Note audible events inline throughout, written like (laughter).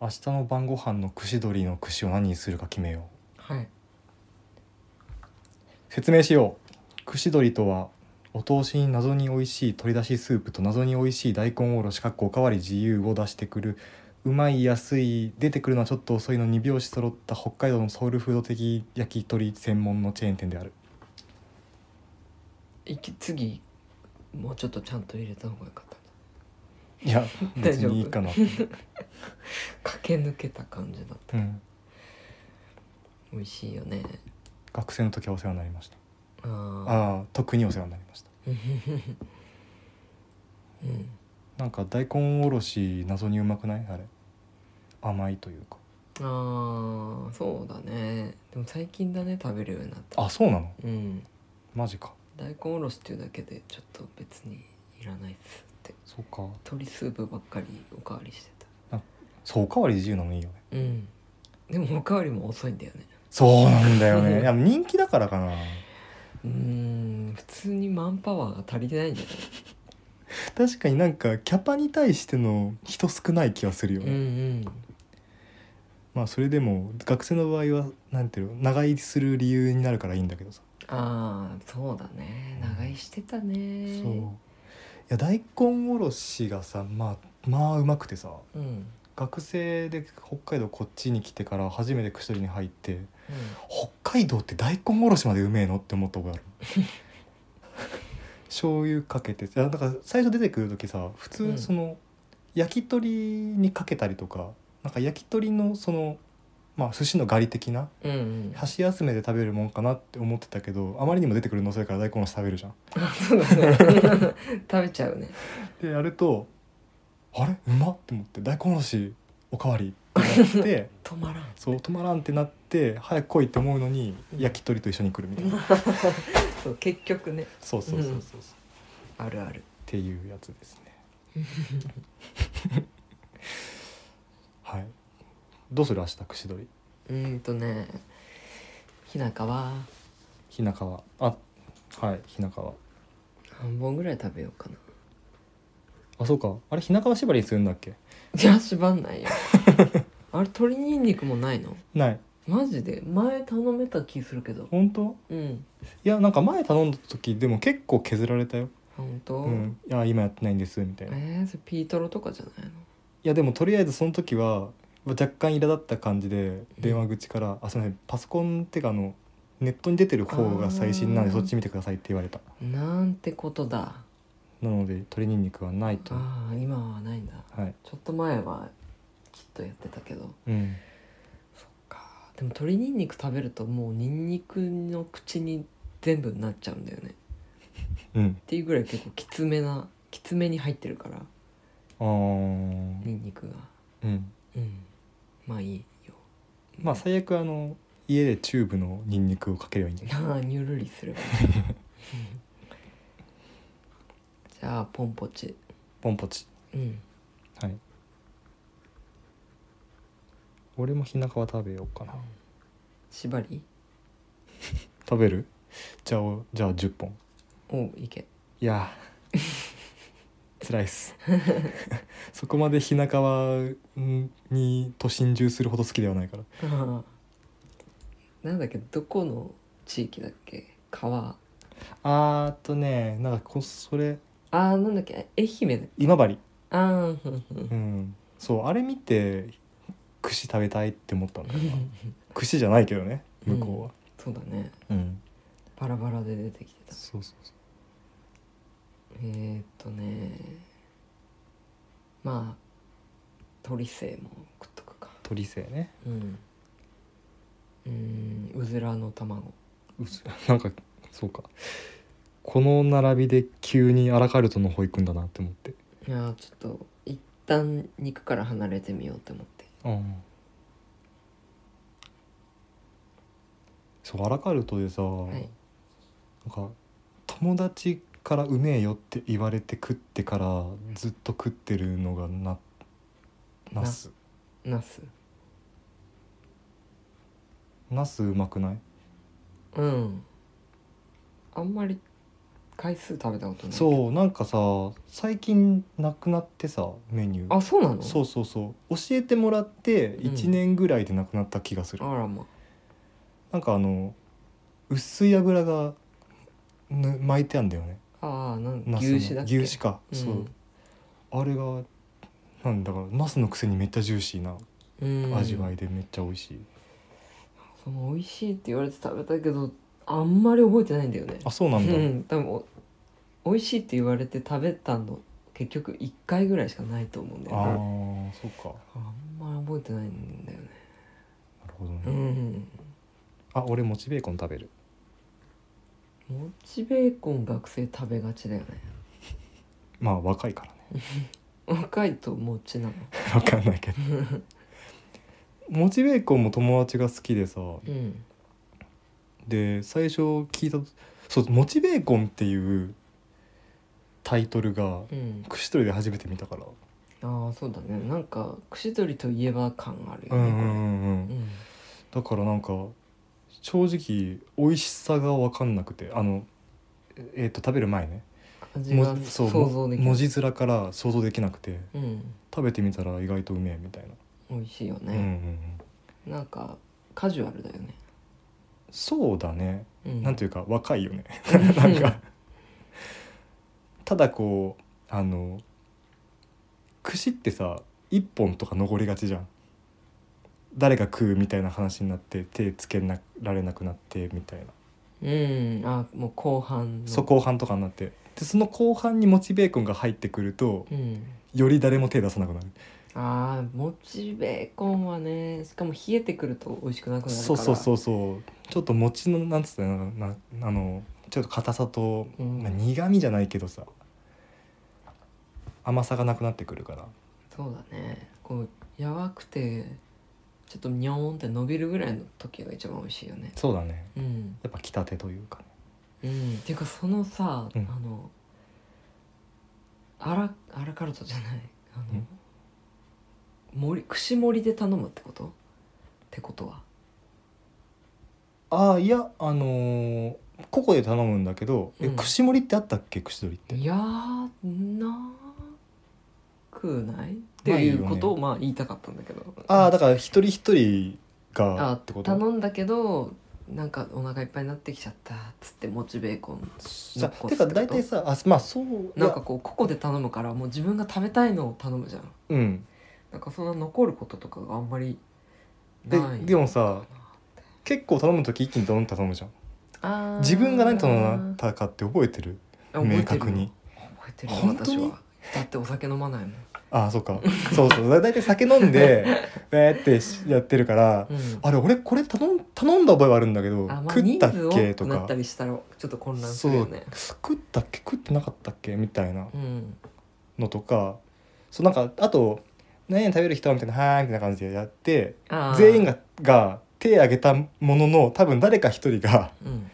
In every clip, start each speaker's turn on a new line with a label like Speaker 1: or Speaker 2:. Speaker 1: 明日の晩ご飯の串取りの串を何にするか決めよう
Speaker 2: はい
Speaker 1: 説明しよう串鶏とはお通しに謎に美味しい鶏だしスープと謎に美味しい大根おろしかっこおかわり自由を出してくるうまい安い出てくるのはちょっと遅いの2拍子揃った北海道のソウルフード的焼き鳥専門のチェーン店である
Speaker 2: いき次もうちょっとちゃんと入れた方がよかった
Speaker 1: いや
Speaker 2: 大
Speaker 1: (laughs) 別
Speaker 2: 丈夫
Speaker 1: にいいかな、
Speaker 2: 駆け抜けた感じだった
Speaker 1: うん、
Speaker 2: 美味しいよね
Speaker 1: 学生の時はお世話になりました
Speaker 2: ああ
Speaker 1: ああ特にお世話になりました
Speaker 2: うん
Speaker 1: なんか大根おろし謎にうまくないあれ甘いというか
Speaker 2: ああそうだねでも最近だね食べるようになった
Speaker 1: あそうなの
Speaker 2: うん
Speaker 1: マジか
Speaker 2: 大根おろしっていうだけでちょっと別にいらないっすって
Speaker 1: そうか
Speaker 2: 鶏スープばっかりおかわりして
Speaker 1: そうおかわり自由なのいいよね
Speaker 2: たうんでもおかわりも遅いんだよね
Speaker 1: そうなんだよ (laughs) ね。いや人気だからかな。
Speaker 2: うーん普通にマンパワーが足りてないんじゃ
Speaker 1: 確かになんかキャパに対しての人少ない気はするよ
Speaker 2: ない、う
Speaker 1: ね。
Speaker 2: ん
Speaker 1: まあそれでも学生の場合はなんていうの長居する理由になるからいいんだけどさ。
Speaker 2: ああそうだね長居してたね
Speaker 1: そう。いや大根おろしがさまあまあうまくてさ
Speaker 2: う、うん
Speaker 1: 学生で北海道こっちに来てから初めて串取りに入って北海道って大根おろしまでうめえのって思った
Speaker 2: (laughs)
Speaker 1: 覚えある醤油かけていやだから最初出てくる時さ普
Speaker 2: う
Speaker 1: 通
Speaker 2: ん
Speaker 1: その焼き鳥にかけたりとかなんか焼き鳥のそのまあ寿司のガリ的な
Speaker 2: うん、うんうん、
Speaker 1: 箸休めで食べるもんかなって思ってたけどあまりにも出てくるのそれから大根おろし食べるじゃん。
Speaker 2: あそうだね (laughs) 食べちゃうね
Speaker 1: でやるとあれうまっって思って大根おろしおかわりってなって (laughs)
Speaker 2: 止まらん
Speaker 1: そう止まらんってなって早く来いって思うのに焼き鳥と一緒に来るみたいな
Speaker 2: そう結局ね
Speaker 1: そうそうそうそうそう。
Speaker 2: あるある
Speaker 1: っていうやつですねはいどうする明日串取り
Speaker 2: うーんとね日中は
Speaker 1: 日中はあはい日中は
Speaker 2: 半本ぐらい食べようかな
Speaker 1: あそうかあれ日中は縛りにするんだっけ
Speaker 2: じゃあ縛ん
Speaker 1: (laughs)
Speaker 2: ないよあれ鶏にんにくもないの
Speaker 1: ない
Speaker 2: マジで前頼めた気するけど
Speaker 1: 本当
Speaker 2: うん
Speaker 1: いやなんか前頼んだ時でも結構削られたよ
Speaker 2: 本当、
Speaker 1: うんいや今やってないんですみたいない
Speaker 2: えー、それピートロとかじゃないの
Speaker 1: やでもとりあえずその時は若干苛立った感じで電話口から「あすいませんパソコンってかあのネットに出てる方が最新なんで
Speaker 2: あー
Speaker 1: そっち見てください」って言われた
Speaker 2: なんてことだ
Speaker 1: なので鶏にんにくはないとは
Speaker 2: ああ今はないんだ
Speaker 1: い
Speaker 2: ちょっと前はきっとやってたけど
Speaker 1: うん
Speaker 2: かでも鶏にんにく食べるともうにんにくの口に全部なっちゃうんだよねっ
Speaker 1: うん
Speaker 2: ていうぐらい結構きつめなきつめに入ってるから
Speaker 1: あー
Speaker 2: にんにくが
Speaker 1: うん
Speaker 2: うんまあいいよ
Speaker 1: まあ最悪あの家でチューブのニンニクをかければいいんじゃない
Speaker 2: なあニュルリすればいいじゃあポンポチ
Speaker 1: ポンポチ
Speaker 2: うん
Speaker 1: はい俺も日中は食べようかな
Speaker 2: 縛り
Speaker 1: 食べるじゃあおじゃあ10本
Speaker 2: おういけ
Speaker 1: いやー (laughs) 辛いっす (laughs) そこまで日中はんに都心中するほど好きではないから
Speaker 2: ああ (laughs) なんだっけどこの地域だっけ川
Speaker 1: あーっとねなんかこそれ
Speaker 2: ああなんだっけ愛媛だっけ
Speaker 1: 今治
Speaker 2: ああふんふん
Speaker 1: うんそうあれ見て串食べたいって思ったん (laughs) だよな串じゃないけどね向こうは、
Speaker 2: そうだね
Speaker 1: うん、
Speaker 2: バラバラで出てきてた
Speaker 1: そうそうそ
Speaker 2: えー、っとねまあ鳥生も食っとくか
Speaker 1: う鳥生ね
Speaker 2: うんうーんうずらの卵
Speaker 1: うすなんかそうかこの並びで急にアラカルトの方行くんだなって思って
Speaker 2: いやーちょっと一旦肉から離れてみようと思って
Speaker 1: うんそうアラカルトでさ、
Speaker 2: い
Speaker 1: なんか友達からうめえよって言われて食ってからずっと食ってるのがなナス
Speaker 2: ナス
Speaker 1: ナスうまくない
Speaker 2: うんあんまり回数食べたことない
Speaker 1: そうなんかさ最近なくなってさメニュー
Speaker 2: あそうなの
Speaker 1: そうそうそう教えてもらって
Speaker 2: うん
Speaker 1: 1年ぐらいでなくなった気がする、
Speaker 2: あらま
Speaker 1: なんかあの薄い油がぬ巻いてあんだよね
Speaker 2: ああなん
Speaker 1: ナスの
Speaker 2: 牛脂だっけ
Speaker 1: 牛脂か、そうあれがなんだからナスのくせにめっちゃジューシーな
Speaker 2: うん、うん、
Speaker 1: 味わいでめっちゃ美味しい、
Speaker 2: その美味しいって言われて食べたけどあんまり覚えてないんだよね
Speaker 1: あそうなんだ、
Speaker 2: うん多分お美味しいって言われて食べたの結局1回ぐらいしかないと思うんだよ
Speaker 1: あ
Speaker 2: ね
Speaker 1: ーそっか
Speaker 2: あんまり覚えてないんだよね
Speaker 1: なるほどね、
Speaker 2: うん
Speaker 1: あ俺もちベーコン食べる
Speaker 2: もちベーコン学生食べがちだよね
Speaker 1: まあ若いからね
Speaker 2: 若いともちなの
Speaker 1: (laughs) わかんないけどもちベーコンも友達が好きでさ
Speaker 2: うん
Speaker 1: で最初聞いたそう「もちベーコン」っていうタイトルが
Speaker 2: うん
Speaker 1: 串取りで初めて見たから
Speaker 2: ああそうだねなんか串取りといえば感あるよ
Speaker 1: うん
Speaker 2: ね、
Speaker 1: うんうんう
Speaker 2: これ
Speaker 1: ん
Speaker 2: うん
Speaker 1: だからなんか正直美味しさが分かんなくてあのえっ、と食べる前ね
Speaker 2: 味
Speaker 1: も
Speaker 2: が
Speaker 1: そ
Speaker 2: 想
Speaker 1: う
Speaker 2: 像でき
Speaker 1: も
Speaker 2: な
Speaker 1: 文
Speaker 2: い
Speaker 1: 字面から想像できなくて
Speaker 2: うん
Speaker 1: 食べてみたら意外とうめえみたいな、
Speaker 2: 美味しいよ
Speaker 1: うんうんう
Speaker 2: ね、
Speaker 1: ん、
Speaker 2: なんかカジュアルだよね、
Speaker 1: そうだね
Speaker 2: うん、
Speaker 1: なんて
Speaker 2: い
Speaker 1: いうか若いよね
Speaker 2: う
Speaker 1: (laughs) なんかただこうあの串ってさ一本とか残りがちじゃん誰が食うみたいな話になって手つけなられなくなってみたいな
Speaker 2: うんあもう後半の
Speaker 1: そう後半とかになってでその後半にもちベーコンが入ってくると
Speaker 2: うん
Speaker 1: より誰も手出さなくなる
Speaker 2: あーもちベーコンはねしかも冷えてくると美味しくなくなるから
Speaker 1: そうそうそううそうちょっと餅のなんつったらいいのかななあのちょっと硬さと、
Speaker 2: うん
Speaker 1: まあ、苦味じゃないけどさ甘さがなくなってくるから
Speaker 2: そうだねこうやわくてちょっとにょーんって伸びるぐらいの時が一番美味しいよね
Speaker 1: そうだね
Speaker 2: うん
Speaker 1: やっぱ来たてというかね
Speaker 2: うんっていうかそのさ、
Speaker 1: うん
Speaker 2: あのアラアラカルトじゃないあの、
Speaker 1: うん
Speaker 2: 盛り串盛りで頼むってことってことは
Speaker 1: ああいやあのーここで頼むんだけど、え
Speaker 2: うん
Speaker 1: 串盛りってあったっけ串取りって
Speaker 2: いやーなくないっていうことをまあ言いたかったんだけど
Speaker 1: ああだから一人一人が
Speaker 2: あ
Speaker 1: ってこと
Speaker 2: 頼んだけどなんかお腹いっぱいになってきちゃったっつってもちベーコン
Speaker 1: さ
Speaker 2: 残
Speaker 1: て
Speaker 2: す
Speaker 1: か
Speaker 2: ってこ
Speaker 1: 大
Speaker 2: と
Speaker 1: 体さあまあそう
Speaker 2: なんかこうここで頼むからもう自分が食べたいのを頼むじゃん
Speaker 1: うん
Speaker 2: なんかそんな残ることとかがあんまり
Speaker 1: で
Speaker 2: ない
Speaker 1: でもさ結構頼む時一気にドンって頼むじゃん
Speaker 2: あー
Speaker 1: 自分が何頼んだかって覚えてる
Speaker 2: あ覚えてる
Speaker 1: 明確に
Speaker 2: 覚えてるよ
Speaker 1: 本当に
Speaker 2: 私はだってお酒飲まないもん、
Speaker 1: ああそうかそうそうだ大体酒飲んで
Speaker 2: (laughs)
Speaker 1: えーってしやってるから
Speaker 2: うん
Speaker 1: あれ俺これ頼ん頼んだ覚えはあるんだけど
Speaker 2: あまあ、
Speaker 1: 食っ
Speaker 2: 人
Speaker 1: たっ
Speaker 2: 数多
Speaker 1: け
Speaker 2: く
Speaker 1: と
Speaker 2: な
Speaker 1: か
Speaker 2: ったりしたらちょっと混乱す
Speaker 1: そ
Speaker 2: るよ
Speaker 1: う
Speaker 2: ね
Speaker 1: 食ったっけ食ってなかったっけみたいな
Speaker 2: うん
Speaker 1: のとかそうなんかあと「何々食べる人は?」みたいな「はーい」みたいな感じでやって
Speaker 2: あー
Speaker 1: 全員がが手挙げたものの多分誰か一人が
Speaker 2: うん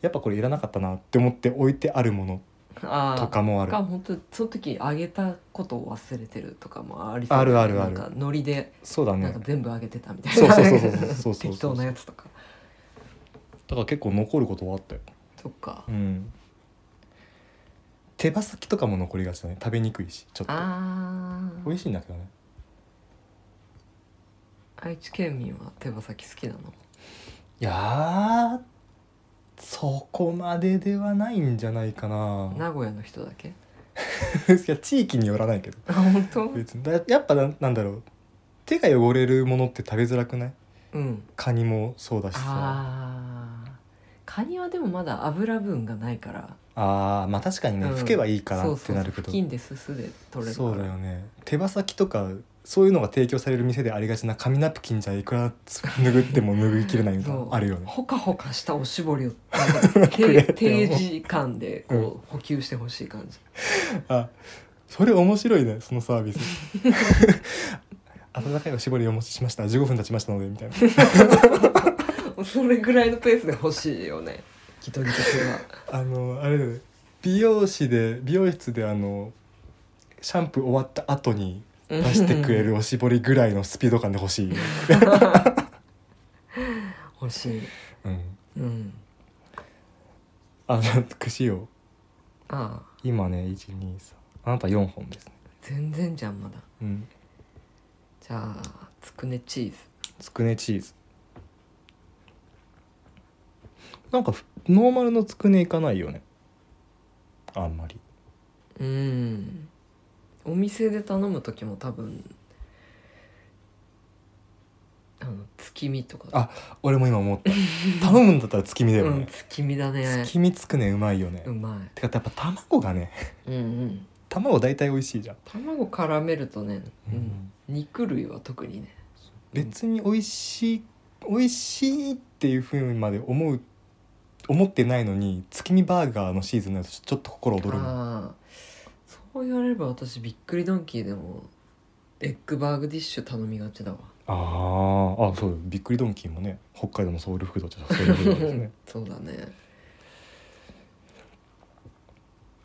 Speaker 1: やっぱこれいらなかったなって思って置いてあるもの
Speaker 2: あー
Speaker 1: とかもある
Speaker 2: か本当その時あげたことを忘れてるとかもありそうだ
Speaker 1: あ
Speaker 2: ね
Speaker 1: るあるある
Speaker 2: なんかノリで
Speaker 1: そうだ
Speaker 2: なん
Speaker 1: ね
Speaker 2: か全部あげてたみた
Speaker 1: そ
Speaker 2: いうな
Speaker 1: そうそうそうそうそうそうそう
Speaker 2: 適当なやつとか
Speaker 1: だから結構残ることはあったよ
Speaker 2: そっか
Speaker 1: うん手羽先とかも残りがちだね食べにくいしちょっと
Speaker 2: あ
Speaker 1: 美
Speaker 2: ー
Speaker 1: 味しいんだけどね
Speaker 2: 愛知県民は手羽先好きなの
Speaker 1: いやーそこまでではないんじゃ (laughs) ないかな
Speaker 2: 名古屋の人だけ
Speaker 1: いや地域によらないけど
Speaker 2: あ本当
Speaker 1: 別にだやっぱななんだろう手が汚れるものって食べづらくない
Speaker 2: うん
Speaker 1: カニもそうだしさ
Speaker 2: あーカニはでもまだ油分がないから
Speaker 1: あーまあ確かにね、
Speaker 2: うん
Speaker 1: 拭けばいいか
Speaker 2: そ
Speaker 1: な
Speaker 2: う
Speaker 1: っ
Speaker 2: そ
Speaker 1: て
Speaker 2: う
Speaker 1: なるけど
Speaker 2: 布巾ですすで取れるから
Speaker 1: そうだよね手羽先とかそういうのが提供される店でありがちな紙ナプキンじゃいくら (laughs) 拭っても拭いきれないみたいな
Speaker 2: そう
Speaker 1: あるよね
Speaker 2: ほかほかしたおしぼりを
Speaker 1: (laughs)
Speaker 2: なんか定定時間でこう、
Speaker 1: うん
Speaker 2: 補給してほしい感じ
Speaker 1: あそれ面白いねそのサービス (laughs) 温かいおしぼりをお持ちしました15分経ちましたのでみたい (laughs) な
Speaker 2: それぐらいのペースで欲しいよねギトギト系は
Speaker 1: あのあれだよね美容師で美容室であのシャンプー終わった後に出してくれるおしぼりぐらいのスピード感で欲 (laughs) しい、
Speaker 2: 欲しい
Speaker 1: うん、
Speaker 2: うん
Speaker 1: あの串を
Speaker 2: ああ
Speaker 1: 今ね123あなた4本ですね
Speaker 2: 全然じゃんまだ
Speaker 1: うん
Speaker 2: じゃあつくねチーズ
Speaker 1: つくねチーズなんかふノーマルのつくねいかないよねあんまり
Speaker 2: うんお店で頼む時も多分あの月見とか
Speaker 1: あ俺も今思った頼むんだったら月見だよ
Speaker 2: うん
Speaker 1: ね、
Speaker 2: 月見だね
Speaker 1: 月見つくねうまいよね、
Speaker 2: うま
Speaker 1: てかやっぱ卵がね (laughs)
Speaker 2: いうんうん
Speaker 1: 卵大体美味しいじゃん、
Speaker 2: 卵絡めるとね、うん、肉類は特にね
Speaker 1: 別に美味しい美味しいっていうふうにまで思う思ってないのに月見バーガーのシーズンになるとちょっと心躍るもん
Speaker 2: ああそう言われれば私びっくりドンキーでもエッグバーグディッシュ頼みがちだわ
Speaker 1: あーあそうびっくりドンキーもね北海道のソウルフードってそういうことですね
Speaker 2: (laughs) そうだね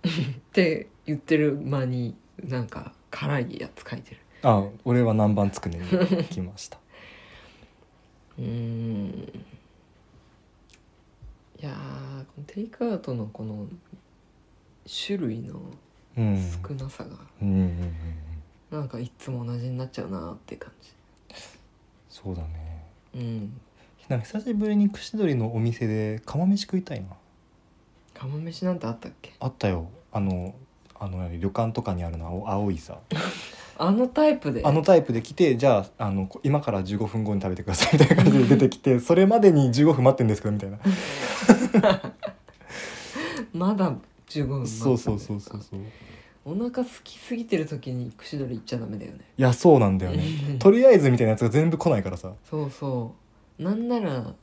Speaker 2: って言ってる間になんか辛いやつ書いてる
Speaker 1: あ俺は南蛮つくねに来ました
Speaker 2: うーんいやーこのテイクアウトのこの種類の
Speaker 1: うん
Speaker 2: 少なさが、
Speaker 1: うんうんうんうん
Speaker 2: なんかいつも同じになっちゃうなーって感
Speaker 1: そうだね
Speaker 2: じうん
Speaker 1: なんか久しぶりに串取りのお店で釜飯食いたいな
Speaker 2: 釜飯なんてあったっけ
Speaker 1: あったよあのあの旅館とかにあるの青青いさ
Speaker 2: あのタイプで
Speaker 1: あのタイプで来てじゃああのこ今から15分後に食べてくださいみたいな感 (laughs) じで出てきてそれまでに15分待ってるんですけどみたいな、
Speaker 2: まだ15分待ったんですか
Speaker 1: そうそうそうそうそうい
Speaker 2: お腹空きすぎてる時に串取り行っちゃダメだよね
Speaker 1: やそうなんだよねとりあえずみたいなやつが全部来ないからさ
Speaker 2: (laughs) そうそうなんなら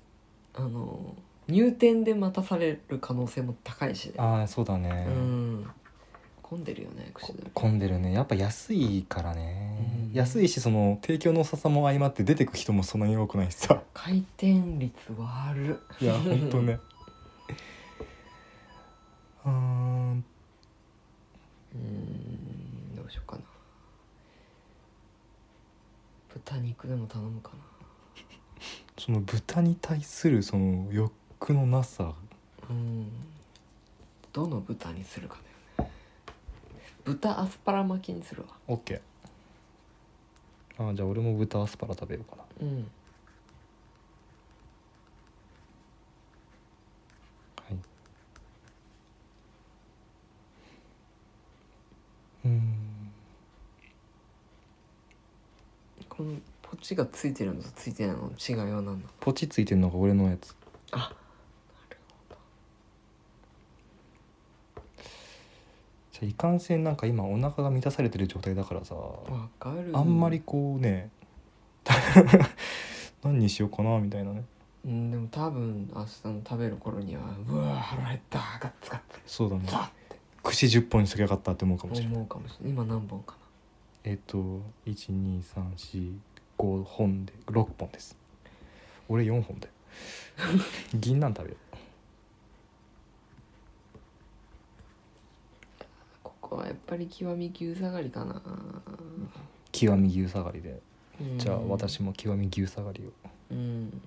Speaker 2: あの入店で待たされる可能性も高いしね
Speaker 1: ああそうだね、
Speaker 2: うん混んでるよね串取り
Speaker 1: 混んでるねやっぱ安いからね、
Speaker 2: うん
Speaker 1: 安いしその提供の遅さも相まって出てく人もそんなに多くないしさ
Speaker 2: 回転率悪っ
Speaker 1: いやほんと (laughs) ねうーん
Speaker 2: うーんどうしようかな豚肉でも頼むか
Speaker 1: その豚に対するその欲のなさ
Speaker 2: なうんどの豚にするかだよね豚アスパラ巻きにするわ
Speaker 1: OK あーじゃあ俺も豚アスパラ食べようかな
Speaker 2: うん
Speaker 1: はいうん
Speaker 2: このポチがついてるのとついてないのの違いは何なの
Speaker 1: ポチついてるのが俺のやつ
Speaker 2: あなる
Speaker 1: じゃあいかんせんなんか今お腹が満たされてる状態だからさ
Speaker 2: ほどわかる
Speaker 1: あんまりこうね (laughs) 何にしようかなみたいなね
Speaker 2: うんでも多分明日の食べる頃にはうわ腹減ったガッツガッツ
Speaker 1: そうだね
Speaker 2: ザ
Speaker 1: 串10本にしときゃよかったって思うかもしれない
Speaker 2: 思うかもしれない今何本か
Speaker 1: えっと12345本で6本です俺4本 (laughs) で銀杏食べよう
Speaker 2: なここはやっぱり極み牛下がりかな、
Speaker 1: 極み牛下がりで
Speaker 2: うん
Speaker 1: じゃあ私も極み牛下がりを
Speaker 2: うん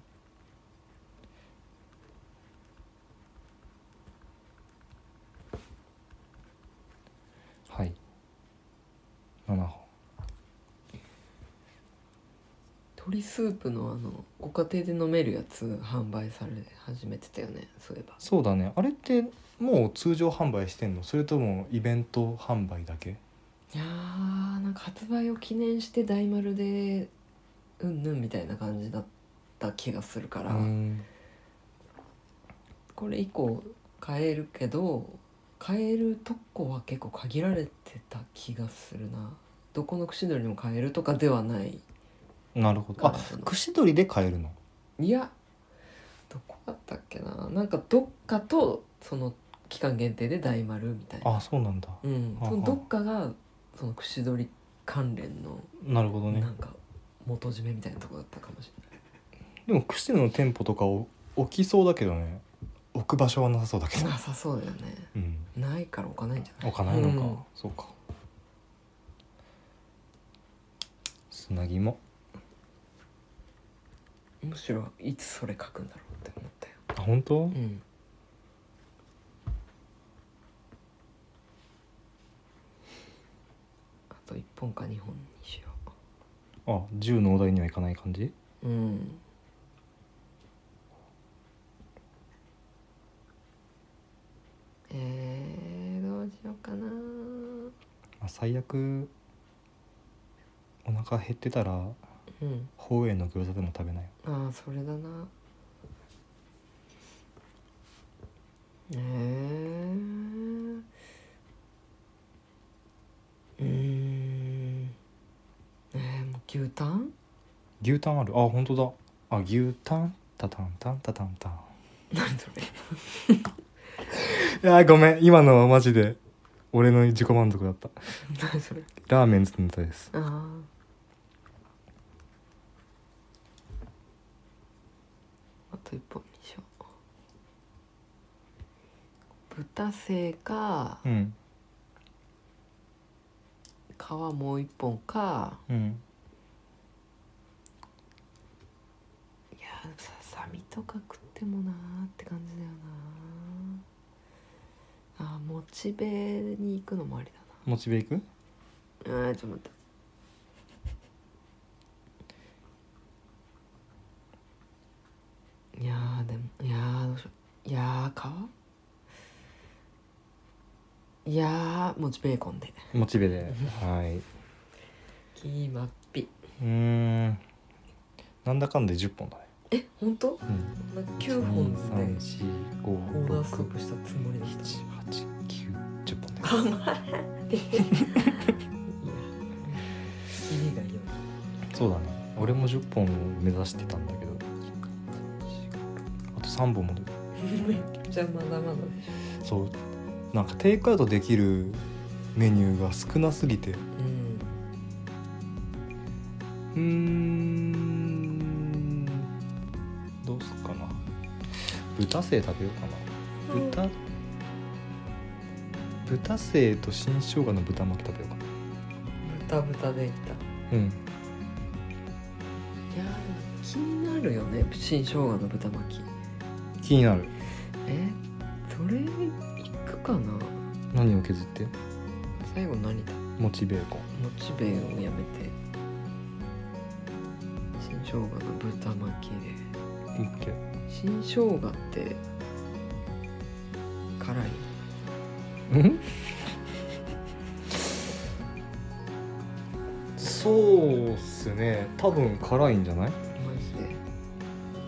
Speaker 1: はい7本
Speaker 2: 鶏スープのあのご家庭で飲めるやつ販売され始めてたよねそういえば
Speaker 1: そうだねあれってもう通常販売してんのそれともイベント販売だけ
Speaker 2: いやーなんか発売を記念して大丸でうんぬんみたいな感じだった気がするから、
Speaker 1: うん
Speaker 2: これ以降買えるけど買えるとこは結構限られてた気がするなどこの串取りにも買えるとかではない
Speaker 1: なるほど
Speaker 2: か
Speaker 1: あ
Speaker 2: らその
Speaker 1: 串取りで買えるの
Speaker 2: いやどこだったっけななんかどっかとその期間限定で大丸みたいな
Speaker 1: あそうなんだ
Speaker 2: うん
Speaker 1: はあ
Speaker 2: そのどっかがその串取り関連の
Speaker 1: なるほどね
Speaker 2: なんか元締めみたいなとこだったかもしれない
Speaker 1: でも串の店舗とかを置きそうだけどね置く場所はなさそうだけど
Speaker 2: なさそうだよね
Speaker 1: うん
Speaker 2: ないから置かないんじゃない
Speaker 1: 置かないのか、
Speaker 2: うん
Speaker 1: そうか砂肝
Speaker 2: むしろいつそれ書くんだろうって思ったよ
Speaker 1: あ本当、
Speaker 2: うんと1本か2本にしよ
Speaker 1: あ10のお題にはいかない感じ
Speaker 2: ううんえー、どうしようかな
Speaker 1: まあ、最悪お腹減ってたら
Speaker 2: うん
Speaker 1: 宝永の餃子でも食べなよ
Speaker 2: ああそれだなえー、うーんえー、もう牛タン
Speaker 1: 牛タンあるあ本当だあ牛タンタタンタンタタンタン
Speaker 2: 何それ
Speaker 1: いやーごめん今のはマジで俺の自己満足だった
Speaker 2: 何それ
Speaker 1: ラーメンズのネタです
Speaker 2: あああと一本にしよう豚製か
Speaker 1: うん
Speaker 2: 皮もう一本か
Speaker 1: うん
Speaker 2: いやーささみとか食ってもなーって感じだよなーあーモチベに行くのもあり
Speaker 1: モチベいく
Speaker 2: だなあーちょっと待っていやーでもいやーどうしよういやー皮いやーモチベーコンで
Speaker 1: モチベではい
Speaker 2: キーマッピ
Speaker 1: うーんなんだかんで10本だね
Speaker 2: え本当
Speaker 1: うん
Speaker 2: なんか9本でオーダーストップ
Speaker 1: 2345678910
Speaker 2: したつもりでした
Speaker 1: 本です
Speaker 2: いや意味が良い
Speaker 1: そうだね俺も10本を目指してたんだけどあと3本もで
Speaker 2: めっちゃまだまだでしょ
Speaker 1: そうなんかテイクアウトできるメニューが少なすぎてう
Speaker 2: う
Speaker 1: ー
Speaker 2: ん
Speaker 1: んどうすっかな豚背食べようかな豚、豚背と新生姜の豚巻き食べようかな
Speaker 2: 豚豚でいったい
Speaker 1: うん
Speaker 2: やー気になるよね新生姜の豚巻き
Speaker 1: 気になる
Speaker 2: えそれいくかな
Speaker 1: 何を削って
Speaker 2: 最後何だ
Speaker 1: モチベーコン
Speaker 2: モチベをやめて新生姜の豚巻きで
Speaker 1: OK
Speaker 2: 新生姜って辛い
Speaker 1: うんそうっすね多分辛いんじゃない
Speaker 2: マジ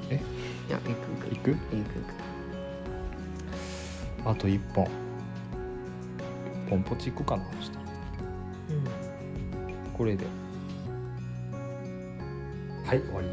Speaker 2: で
Speaker 1: え
Speaker 2: いやいくいく
Speaker 1: いく
Speaker 2: いくいく
Speaker 1: あと1本ポンポチいくかな明日
Speaker 2: うん
Speaker 1: これではい終わり